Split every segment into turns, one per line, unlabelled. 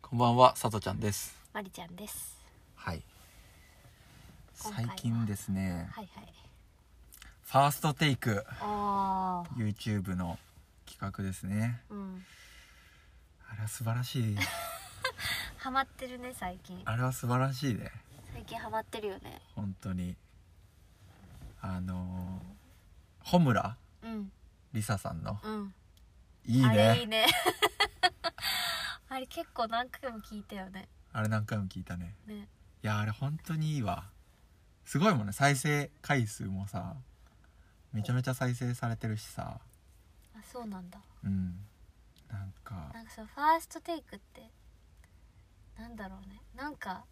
こんばんは、さとちゃんです。
まりちゃんです
はい。
今回
最
は
近ですね、
はいはい
ファーストテイク、
あ
YouTube の企画ですね。
ーうん
あれは素晴らしい。
ハマってるね最近
あれは素晴らしいね。
最近ハマってるよね
本当に。あのー、ホムラ
うん
リサさんの。
うん
いい
あれいい
ね。
ね あれ結構何回も聞いたよね
あれ何回も聞いたね。
ね
いや、あれ本当にいいわ。すごいもんね、再生回数もさ、めちゃめちゃ再生されてるしさ。
あそうなんだ
うん。なんか、
なんかそのファーストテイクってなんだろうねなんか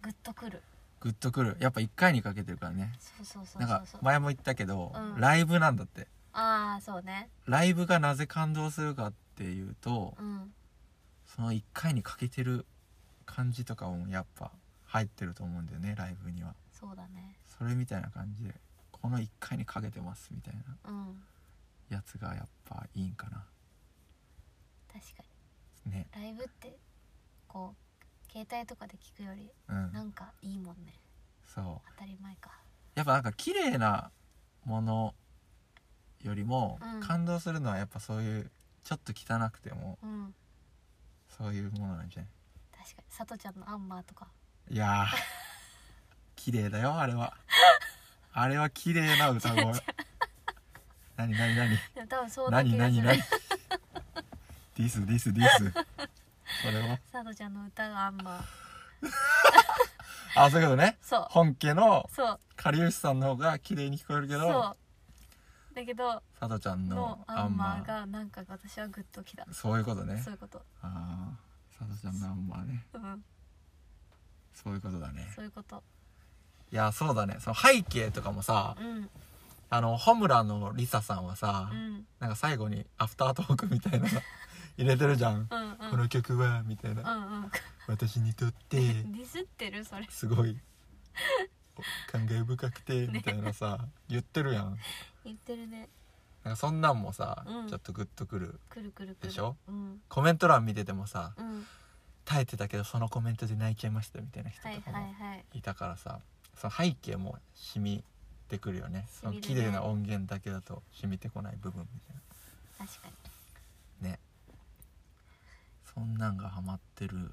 グッとくる
グッとくるやっぱ1回にかけてるからね
そうそうそう
なん
そう
か
そう
前も言ったけど、
うん
ライブなんだって
ああそうね
ライブがなぜ感動するかっていうと、
うん
その1回にかけてる感じとかもやっぱ入ってると思うんだよねライブには
そうだね
それみたいな感じでこの1回にかけてますみたいな
うん
やつがやっぱいいんかな
確か
ね
にライブってこう携帯とかで聞くより
うん
なんかいいもんね
そう
当たり前か
やっぱなんか綺麗なものよりも、
うん
感動するのはやっぱそういうちょっと汚くても
うん
そういうものなんじゃない
確かにさとちゃんのアンマーとか
いやー綺麗だよあれはあれは綺麗な 歌声何何何
でも多分そうだ
何
気がす
何
る
何ディスディスディスそれは
さとちゃんの歌がアンマー
あそういうことね
そう
本家の
そう
かりゆしさんの方が綺麗に聞こえるけ
そ
ど
うだけど
さとちゃん
の
の
ア
あ
ン
ん
マ
ま
ーがなんか私はグッときた
そういうことね
そういうこと
ああさとちゃんのあんまね
うん
そういうことだね
そういうこと
いやそうだねその背景とかもさ
うん
あのホムラのリサさんはさ、
うん
なんか最後にアフタートークみたいな の入れてるじゃん。
うんうん
この曲は、みたいうな。
んうん
私にとって、
ディスってるそれ
すごい、お感慨深くて、みたいなさ、言ってるやん。
言ってるね
なんかそんなんもさ、
うん
ちょっとグッとくる。
くるくるくる
でしょ
うん
コメント欄見ててもさ、
うん
耐えてたけどそのコメントで泣いちゃいましたみたいな人
はい
とか
はい
も
はい
いたからさ、その背景も染みてくるよね。そ
染
の
みる
綺
ね
麗な音源だけだと染みてこない部分みたいな。
確かに
ねそんなんがハマってる
フ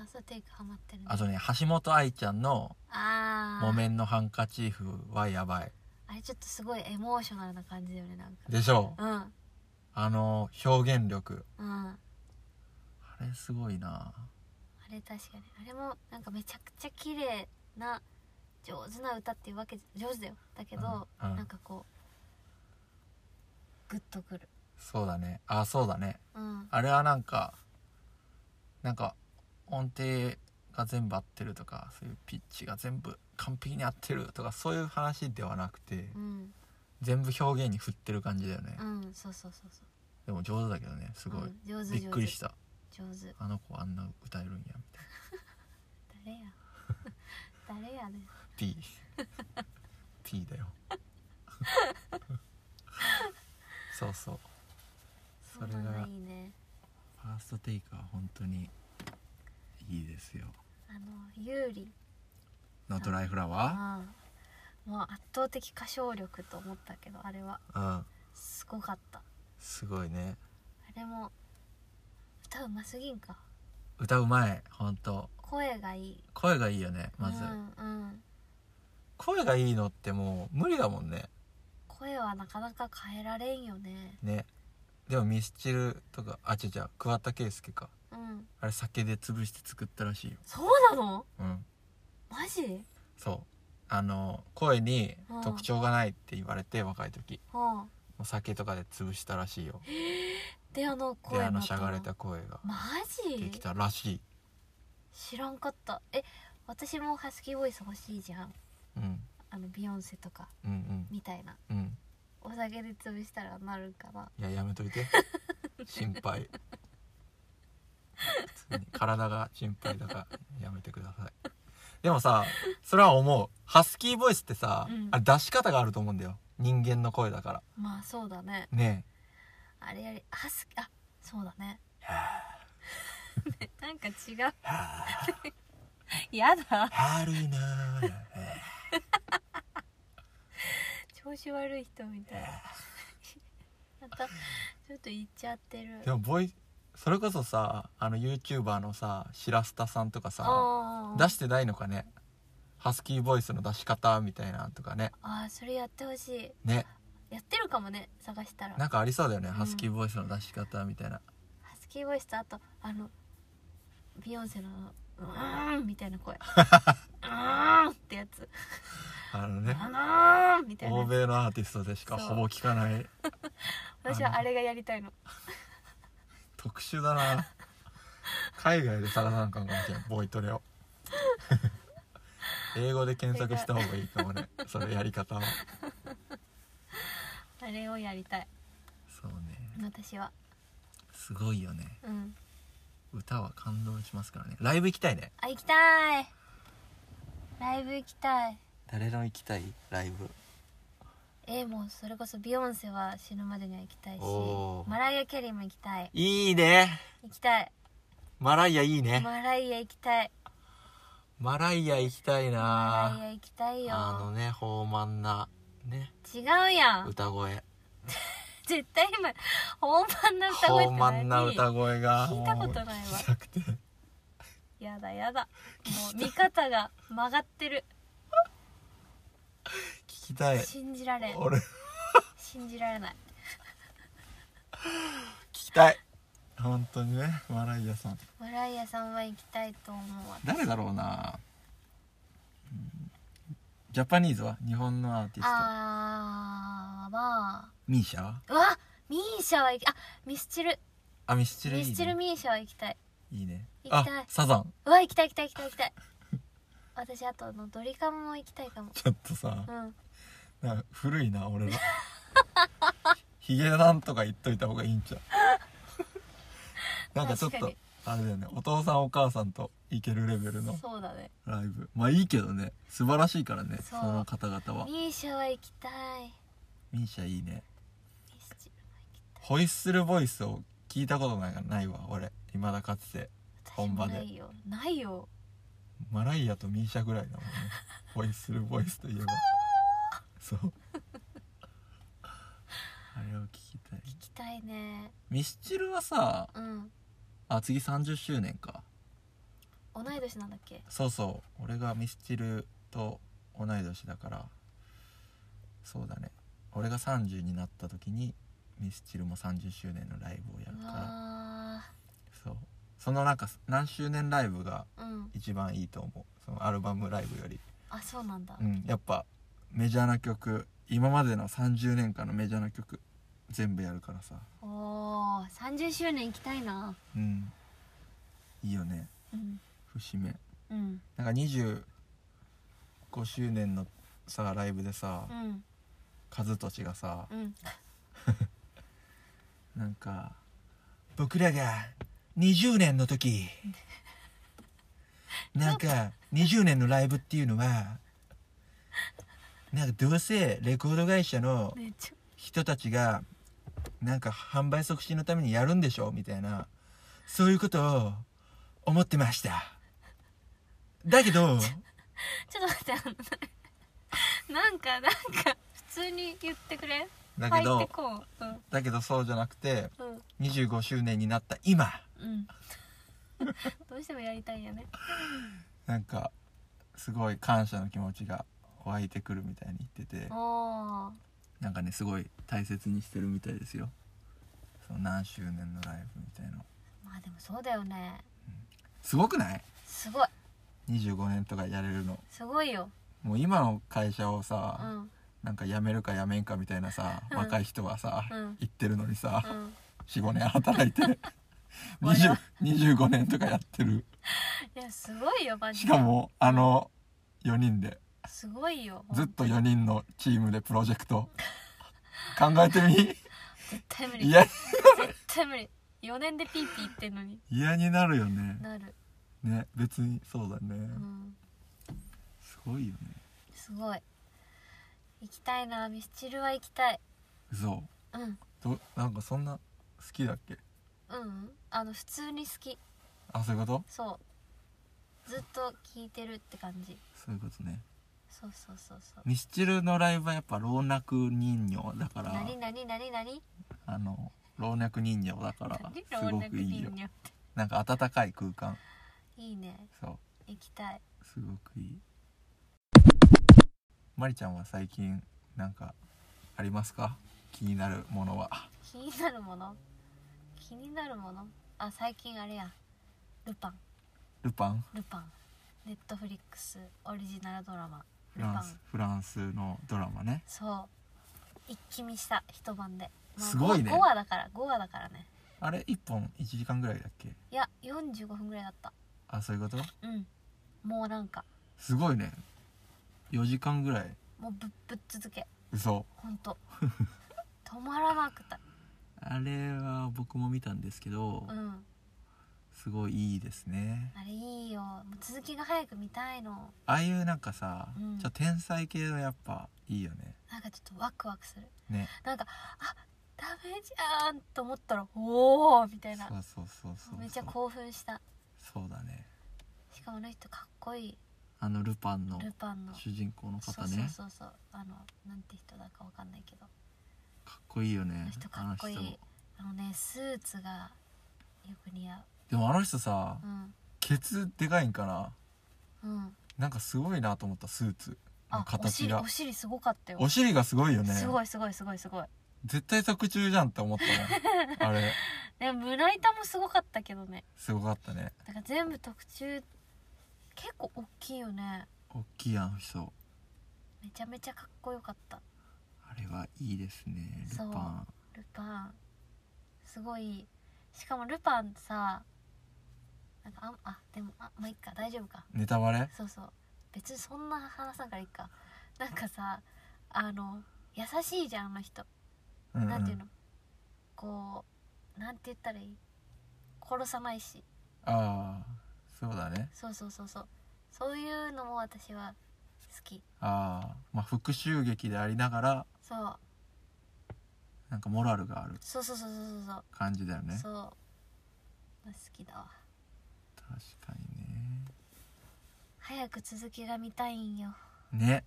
ァーストテイクハマってるね
あとね橋本愛ちゃんの「
あー
木綿のハンカチーフ」はやばい
あれちょっとすごいエモーショナルな感じだよねなんか
でしょう
うん
あの表現力
うん
あれすごいな
あれ確かにあれもなんかめちゃくちゃ綺麗な上手な歌っていうわけじゃ上手だよだけど、
うんうん
なんかこうグッとくる
そうだねあそうだね
うん
あれはなんかなんか音程が全部合ってるとかそういうピッチが全部完璧に合ってるとかそういう話ではなくて
うん
全部表現に振ってる感じだよね
うんそうそうそうそう
でも上手だけどねすご
う
い
ん、上手上手
びっくりした
上手
あの子あんな歌えるんやみたいな
誰や 誰やね
P P だよ そうそうそ
そ
れ
んな
が
のいいね
ファーストテイクは本当にいいですよ
あのユーリ
「ノートライフラ
う
ワ
んもう圧倒的歌唱力と思ったけどあれは
ー」うん
すごかったあ
すごいね
れも歌うますぎんか
歌う前本当
声がいい
声がいいよねまず、
うんうん
声がいいのってもう無理だもんね
声はなかなか変えられんよね
ねでもミスチルとかあ違う違う桑田佳祐か
うん
あれ酒で潰して作ったらしいよ
そうなの
うん
マジ
そうあの声に
うん
特徴がないって言われて若い時
うん
お酒とかで潰したらしいよ
であの
で
声
あの
ま
しゃがれた声が
マ
で
ジ
きたらしい
知らんかったえ私もハスキーボイス欲しいじゃん
うん
あのビヨンセとか
うん
みたいな
うんうん
お酒で潰したらなるかない
ややめといて心配普通に体が心配だからやめてくださいでもさそれは思うハスキーボイスってさ、
うん
あれ出し方があると思うんだよ人間の声だから
まあそうだね
ね
あれやりハスキーあそうだねね なんか違う
はあ
やだ
春のえ
調子悪い人みたいな またちょっと言っちゃってる
ーでもボイそれこそさあの YouTuber のさ白スタさんとかさ
あー
出してないのかねハスキーボイスの出し方みたいなんとかね
あーそれやってほしい
ね
やってるかもね探したら
なんかありそうだよね、
ん
ハスキーボイスの出し方みたいな
ハスキーボイスとあとあのビヨンセの「うーん」みたいな 声「うーん」ってやつ
あの
「
ね
あのーん」みたい
欧
な
米のアーティストでしか
そう
ほぼ聞かない
私はあれがやりたいの
特殊だ な海外で探さなあかんかもしれんボイト レを英語で検索した方がいいかもねそれやり方は
あれをやりたい
そうね
私は
すごいよね
うん
歌は感動しますからねライブ行きたいね
あ行きたいライブ行きたい
誰の行きたいライブ
えもうそれこそビヨンセは死ぬまでには行きたいし
おー
マライア・キャリーも行きたい
いいね
行きたい
マライアいいね
マライア行きたい
マライア行きたい
マラ
な
イア行きたい
あの
よ
ね豊満なね
違うやん
歌声
絶対今本番な歌声って
豊
何
満な歌声が
聞いたことないわ
もう聞きたくて
やだやだもう見方が曲がってる
聞きたい
信じられん
俺聞
信じられない
きたい本当にねマライアさん
マライアさんは行きたいと思うわ
誰だろうなうんジャパニーズは日本のアーティスト
あーま
ミーシャは
あうわミーシャは行きあミスチル
あミスチルい
ミ
い
スチ
ね
ルミーシャは行きたい
いいね
行
あ
きたい
サザン
うわ行きたい行きたい行きたい行きたい私あとあのドリカムも行きたいかも
ちょっとさ
うん
なんか古いな俺 らヒゲなんとか言っといた方がいいんちゃうなんかちょっ
確
と
かに
あれだよねお父さんお母さんと行けるレベルの
そうだね
ライブまあいいけどね素晴らしいからねそ
そう
の方々は
ミーシャは行きたい
ミーシャいいね
ミスチルも行き
ホイッスルボイスを聞いたことないないわ俺いまだかつて
たい
本場で
私もないよないよ
マライアとミーシャぐらいだもんねホイッスルボイスといえばそう あれを聞きたい
行きたいね
ミスチルはさ
うん
あ次30周年か
同い年なんだっけ
そうそう俺がミスチルと同い年だからそうだね俺が30になった時にミスチルも30周年のライブをやる
う
から
わ
そうそのなんか何周年ライブが
ーうん
一番いいと思うそのアルバムライブより
あそうなんだ
うんやっぱメジャーな曲今までの30年間のメジャーな曲全部やるからさ
おー30周年行きたいな
うんいいよね
うん
節目
うん
なんか25周年のさライブでさ、
うん
カズトシがさ
うん
なんか僕らが20年の時なんか20年のライブっていうのはなんかどうせレコード会社の
めっちゃ
人たちがなんか販売促進のためにやるんでしょみたいなそういうことを思ってましただけど
ちょっと待ってあの なんかなんか普通に言ってくれ
だけ
入
ど
ってこううん
だけどそうじゃなくて
うん
25周年になった今
うん どうしてもやりたいんやね
なんかすごい感謝の気持ちが湧いてくるみたいに言ってて
おー
なんかねすごい大切にしてるみたいですよその何周年のライブみたいの
まあでもそうだよね
すごくない
すごい
?25 年とかやれるの
すごいよ
もう今の会社を
う
さ、
ん
なんか辞めるか辞めんかみたいなさ、
うん
若い人はさ、
うん
言ってるのにさ、
うん
45年働いて
俺
20
は
25年とかやってる
いやすごいよマジで
しかもあの4人です
ごいよ
ずっと4人のチームでプロジェク ト考えてみ
絶対無理
嫌
絶対無理4年でピーピー言ってんのに
嫌になるよね
なる
ね別にそうだね、
うん
すごいよね
すごい行きたいなミスチルは行きたい
嘘
うん
どなんかそんな好きだっけ
うんあの普通に好き
あそういうこと
そうずっと聴いてるって感じ
そういうことね
そうそうそうそう
ミスチルのライブはやっぱ老若人形だから
何何何何
あの老若人形だから
何
すごくいいよ
に
なんか温かい空間
いいね
そう
行きたい
すごくいいまりちゃんは最近なんかありますか気になるものは
気になるもの気になるものあ最近あれやルパン
ルパン
ルパンネットフリックスオリジナルドラマ
フ
ル
ラ
パ
ン
ン
スフランスのドラマね
そう一気見した一晩で、
すごいね
5話だから5話だからね
あれ1本1時間ぐらいだっけ
いや45分ぐらいだった
あそういうこと
うんもうなんか
すごいね4時間ぐらい
もうぶっぶっ続け
嘘
ほんと止まらなくて
あれは僕も見たんですけど、
うん
すごいいいですね
あれいいよもう続きが早く見たいの
ああいうなんかさ、
うん
ちょっと天才系のやっぱいいよね
なんかちょっとワクワクする
ね
なんかあダメじゃんと思ったらおおみたいな
そうそうそうそうそう
めっちゃ興奮した
そうだね
しかもあの人かっこいい
あのルパンの
ルパンの
主人公の
そう
方
そう
ね
そうそうあのなんて人だかわかんないけど
かっこいいよ
あ
ね
の人かっこい
あの
い
人
あのねスーツがよく似合
でもあの人さ、
ううん
ケツでかいんかな
うん
なんかすごいなと思ったスーツの
あお
形
尻
が
お尻すごかったよ
お尻がすごいよね
すごいすごいすごいすごい
絶対作中じゃんって思った もんあれ
でも胸板もすごかったけどね
すごかったね
だから全部特注結構大きいよね
大きいあの人
めちゃめちゃかっこよかった
あれはいいですねルパ
そう
ン
ルパンすごいしかもルパンさなんかああでもあまあいっか大丈夫か
ネタバレ
そうそう別にそんな話さんからいっかなんかさあの優しいじゃんあの人、
うんうん
なんていうのこうなんて言ったらいい殺さないし
ああそうだね
そうそうそうそうそういうのも私は好き
ああまあ復讐劇でありながら
そう
なんかモラルがある
そうそうそうそうそうそう
感じだよね
そう好きだわ
確か
早く続きが見たいんよ、
にねね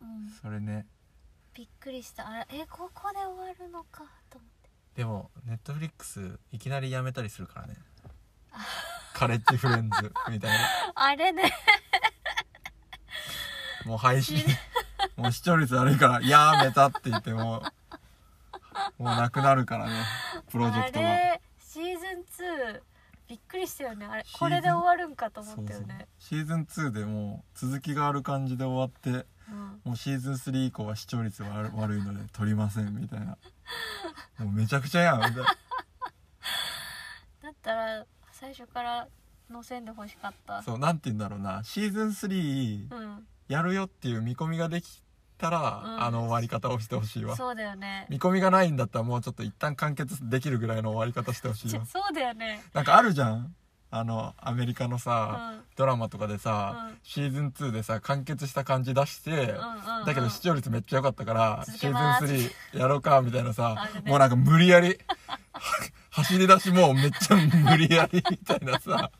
うん、
それね
びっくりしたあれえここで終わるのかと思って
でもネットフリックスいきなりやめたりするから ねカレッジフレンズみたいな
あれね
もう配信もう視聴率悪いからやめたって言ってもうもうなくなるからねプロジェクト
あ
が
れシーズン2びっくりしたよねあれ
シーズン
これで終わるんかと
そ
思
う
った
そ
よ
う
ね
シーズン2でもう続きがある感じで終わって
うん
もうシーズン3以降は視聴率は悪悪いので撮りませんみたいなもうめちゃくちゃやんみたいな
だったら最初から載せんでほしかった
そうなんて言うんだろうなシーズン3
うん
やるよっていう見込みができたら、
うん
あの終わり方をしてほしいわ
そうだよね
見込みがないんだったらもうちょっと一旦完結できるぐらいの終わり方してほしい
じ
よ
ゃそうだよね
なんかあるじゃんあのアメリカの
うんうん
さ、ドラマとかでさ、
うん
シーズン2でさ完結した感じ出して、
うんうん
だけど視聴率めっちゃ良かったから、
続
シ
けま
ー
す
ズン3やろうかみたいなさ
あ、るね
もうなんか無理やり 走り出しもうめっちゃ無理やりみたいなさ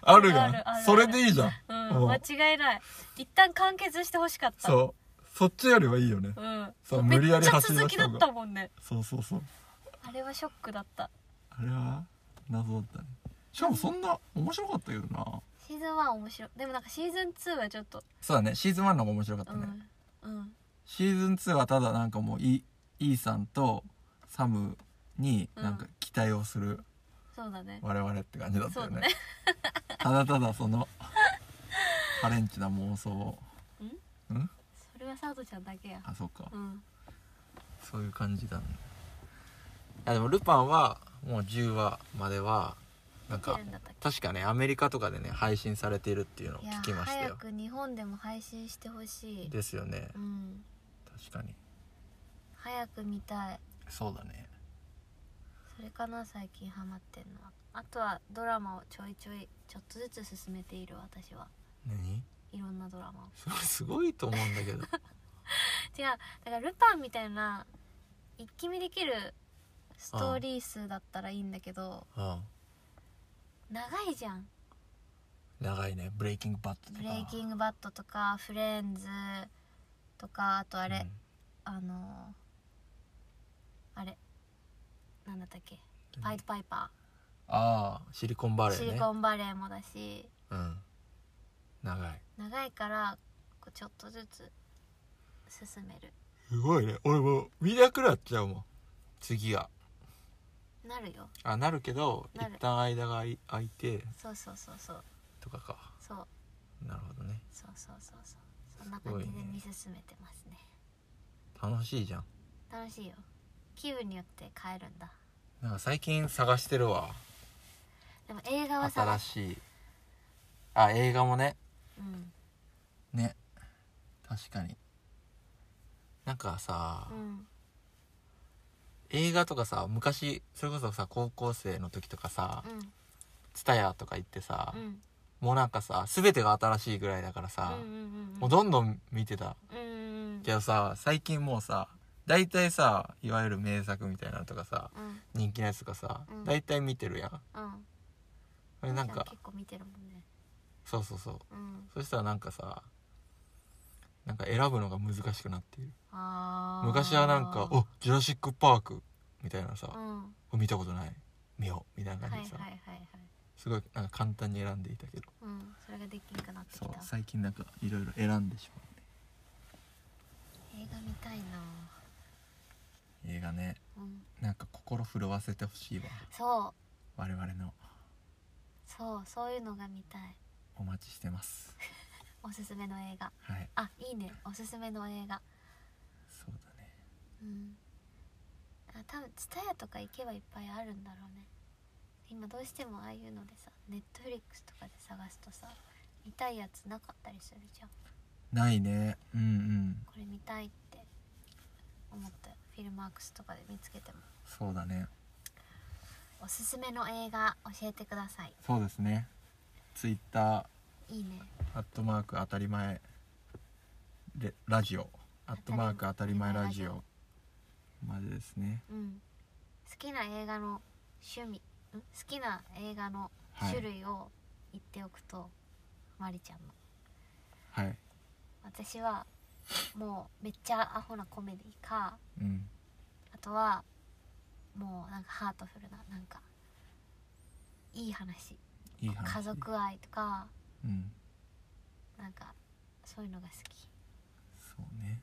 あるや
あ
ん
るあるある
それでいいじゃん、
うん
うん
間違いない一旦完結してほしかった
そうそっちよりはいいよね、
うん
そう
めっ
無理やり
ちゃ
走り
続
出
き
し
だ
た
っ
方
た
が
もんね
そうそうそう
あれはショックだった
あれは謎だったねしかもそんな面白かったけどな
シーズン1面白いでもなんかシーズン2はちょっと
そうだねシーズン1の方が面白かった
う
ね、
んうん
シーズン2はただなんかもうイイーさんとサムになんか期待をする
そうだね
我々って感じだったよね,、
そうだ
ただただそのハレンチな妄想をん
それはサードちゃんだけや
あそうか
うん
そういう感じだねいやでもルパンはもう10話まではなん
見
か
てるんだったっ
確かねアメリカとかでね配信されているっていうのを
けいや
聞きました
早
よ
く日本でも配信してほしい
ですよね
うん
確かに
早く見たい
そうだね
それかな最近ハマってんのはあとはドラマをちょいちょいちょっとずつ進めている私は
何
いろんなドラマを
それすごいと思うんだ けど
違うだからルパンみたいな一気見できるストーリー数だったらいいんだけど
あ
長いじゃん
長いねブレイキングバット
ブレイキ
グ
ングバットとかフレンズとかあとあ
あ
れ、あのあれなんだったっけパイトパイパ
ああシリコンバ
ー、
レー
シ
ね
リコンバレーもだし
うん長い
長いからこうちょっとずつ進める
すごいね俺もう見なくなっちゃうもん次が
なるよ
あなるけど
な
一
る
旦間が空い空いて
そうそうそうそう
とかか
そう
なるほどね
そうそうそうそうそんな感じで見進めてますね
楽しいじゃん
楽しいよ気分によって変えるんだ
なんか最近探してるわ
でも映画はさ
新しいあ映画もね
うん
ね確かになんかさ、
うん
映画とかさ昔それこそさ高校生の時とかさ
うん
蔦屋とか行ってさ、
うん
もうなんかさ全てが新しいぐらいだからさ、
うんうんうん
もうどんどん見てた
うんうん
けどさ最近もうさ大体さいわゆる名作みたいなのとかさ
うん
人気のやつとかさ
うん
大体見てるやん
うん
あれなん
まーちゃ
か
結構見てるもんね
そうそうそう
うん
そしたらなんかさなんか選ぶのが難しくなっている
あー
昔はなんか「おジュラシック・パーク」みたいな
う
さ
ん
「見たことない見よう」みたいな
はいは
感
い
じ
は
で
い
さ
はい
すごいなんか簡単に選んでいたけど
うんそれができんくなってきた
そう
映
最近なんかいろいろ選んでしま
画見たいな
う映画ね
うん
なんか心震わせてほしいわ
そう
我々の
そうそういうのが見たい
お待ちしてます
おすすめの映画
はい
あいいねおすすめの映画
そうだね
うんあ多分ツタヤとか行けばいっぱいあるんだろうね今どうしてもああいうのでさネットフリックスとかで探すとさ見たいやつなかったりするじゃん
ないねうんうん
これ見たいって思ったよフィルマークスとかで見つけても
そうだね
おすすめの映画教えてください
そうですねツイッタ
いいね
ーアットマーク当たり前レラジオアットマーク当たり前ラジオまでですね
うん好きな映画の趣味ん好きな映画の
はい
種類を言っておくと、まりちゃんの
はい
私はもうめっちゃアホなコメディか
うん
あとはもうなんかハートフルななんかいい話
いい話
家族愛とか
うん
なんかそういうのが好き
そうね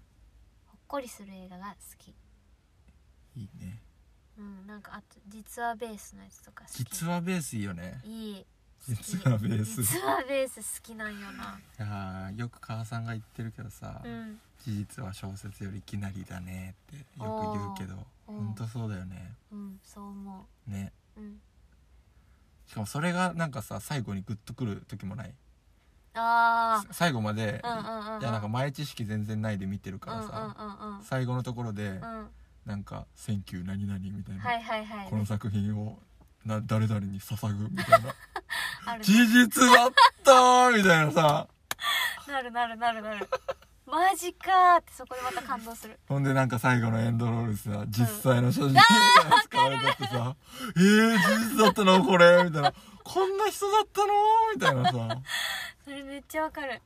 ほっこりする映画が好き
いいね
うんなんかあと実話ベースのやつとか好き
実はベースいいよね
いい
実はベース
実はベース好きなんよ な
あよく母さんが言ってるけどさ、
うん
事実は小説よりいきなりだねってよく言うけど
おー
ほんとそうだよね
うんそう思
ね
ううん
しかもそれがなんかさ最後にグッとくる時もない
あ
最後まで、
うんうんうんうん
いやなんか前知識全然ないで見てる
あ
から
うんうん
さ、
うんうん
最後のところで、
うん
なんか「センキュー何々」みたいな、
はいはいはい
この作品をな誰々に捧ぐみたいな
あ
「
る
事実だったー!」みたいなさ
なるなるなるなるマジかーってそこでまた感動する
ほんでなんか最後のエンドロールさ実際の写真が使われたってさ「えー、事実だったのこれ」みたいな「こんな人だったの?」みたいなさ
それめっちゃわかる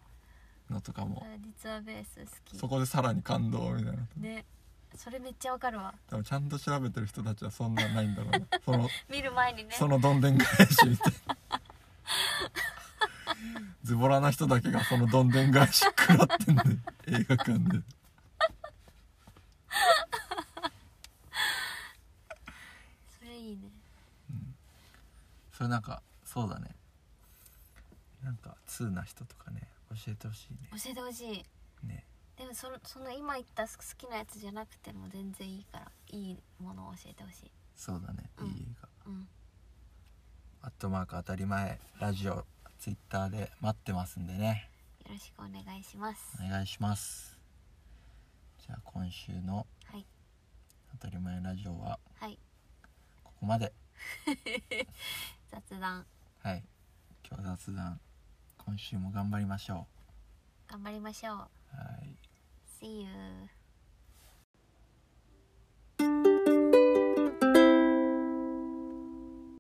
のとかも
あ実はベース
そ
好
こでさらに感動みたいな
きねそれめっちゃわかるわ
多分ちゃんと調べてる人たちはそんなんないんだろう なその
見る前にね
そのどんでん返しみたいなズボラな人だけがそのどんでん返し食らってんで映画館で
それいいね
それなんかそうだねなんか通な人とかね教えてほしいね
教えてほしい
ね
でもそのその今言った好きなやつじゃなくても全然いいからいいものを教えてほしい
そうだね
うん
いい映画、
うん
アットマーク当たり前ラジオツイッターで待ってますんでね
よろしくお願いします
お願いしますじゃあ今週の
はい
当たり前ラジオは
はい
ここまで
雑談
はい今日雑談今週も頑張りましょ
頑張りましょう
うはい
See you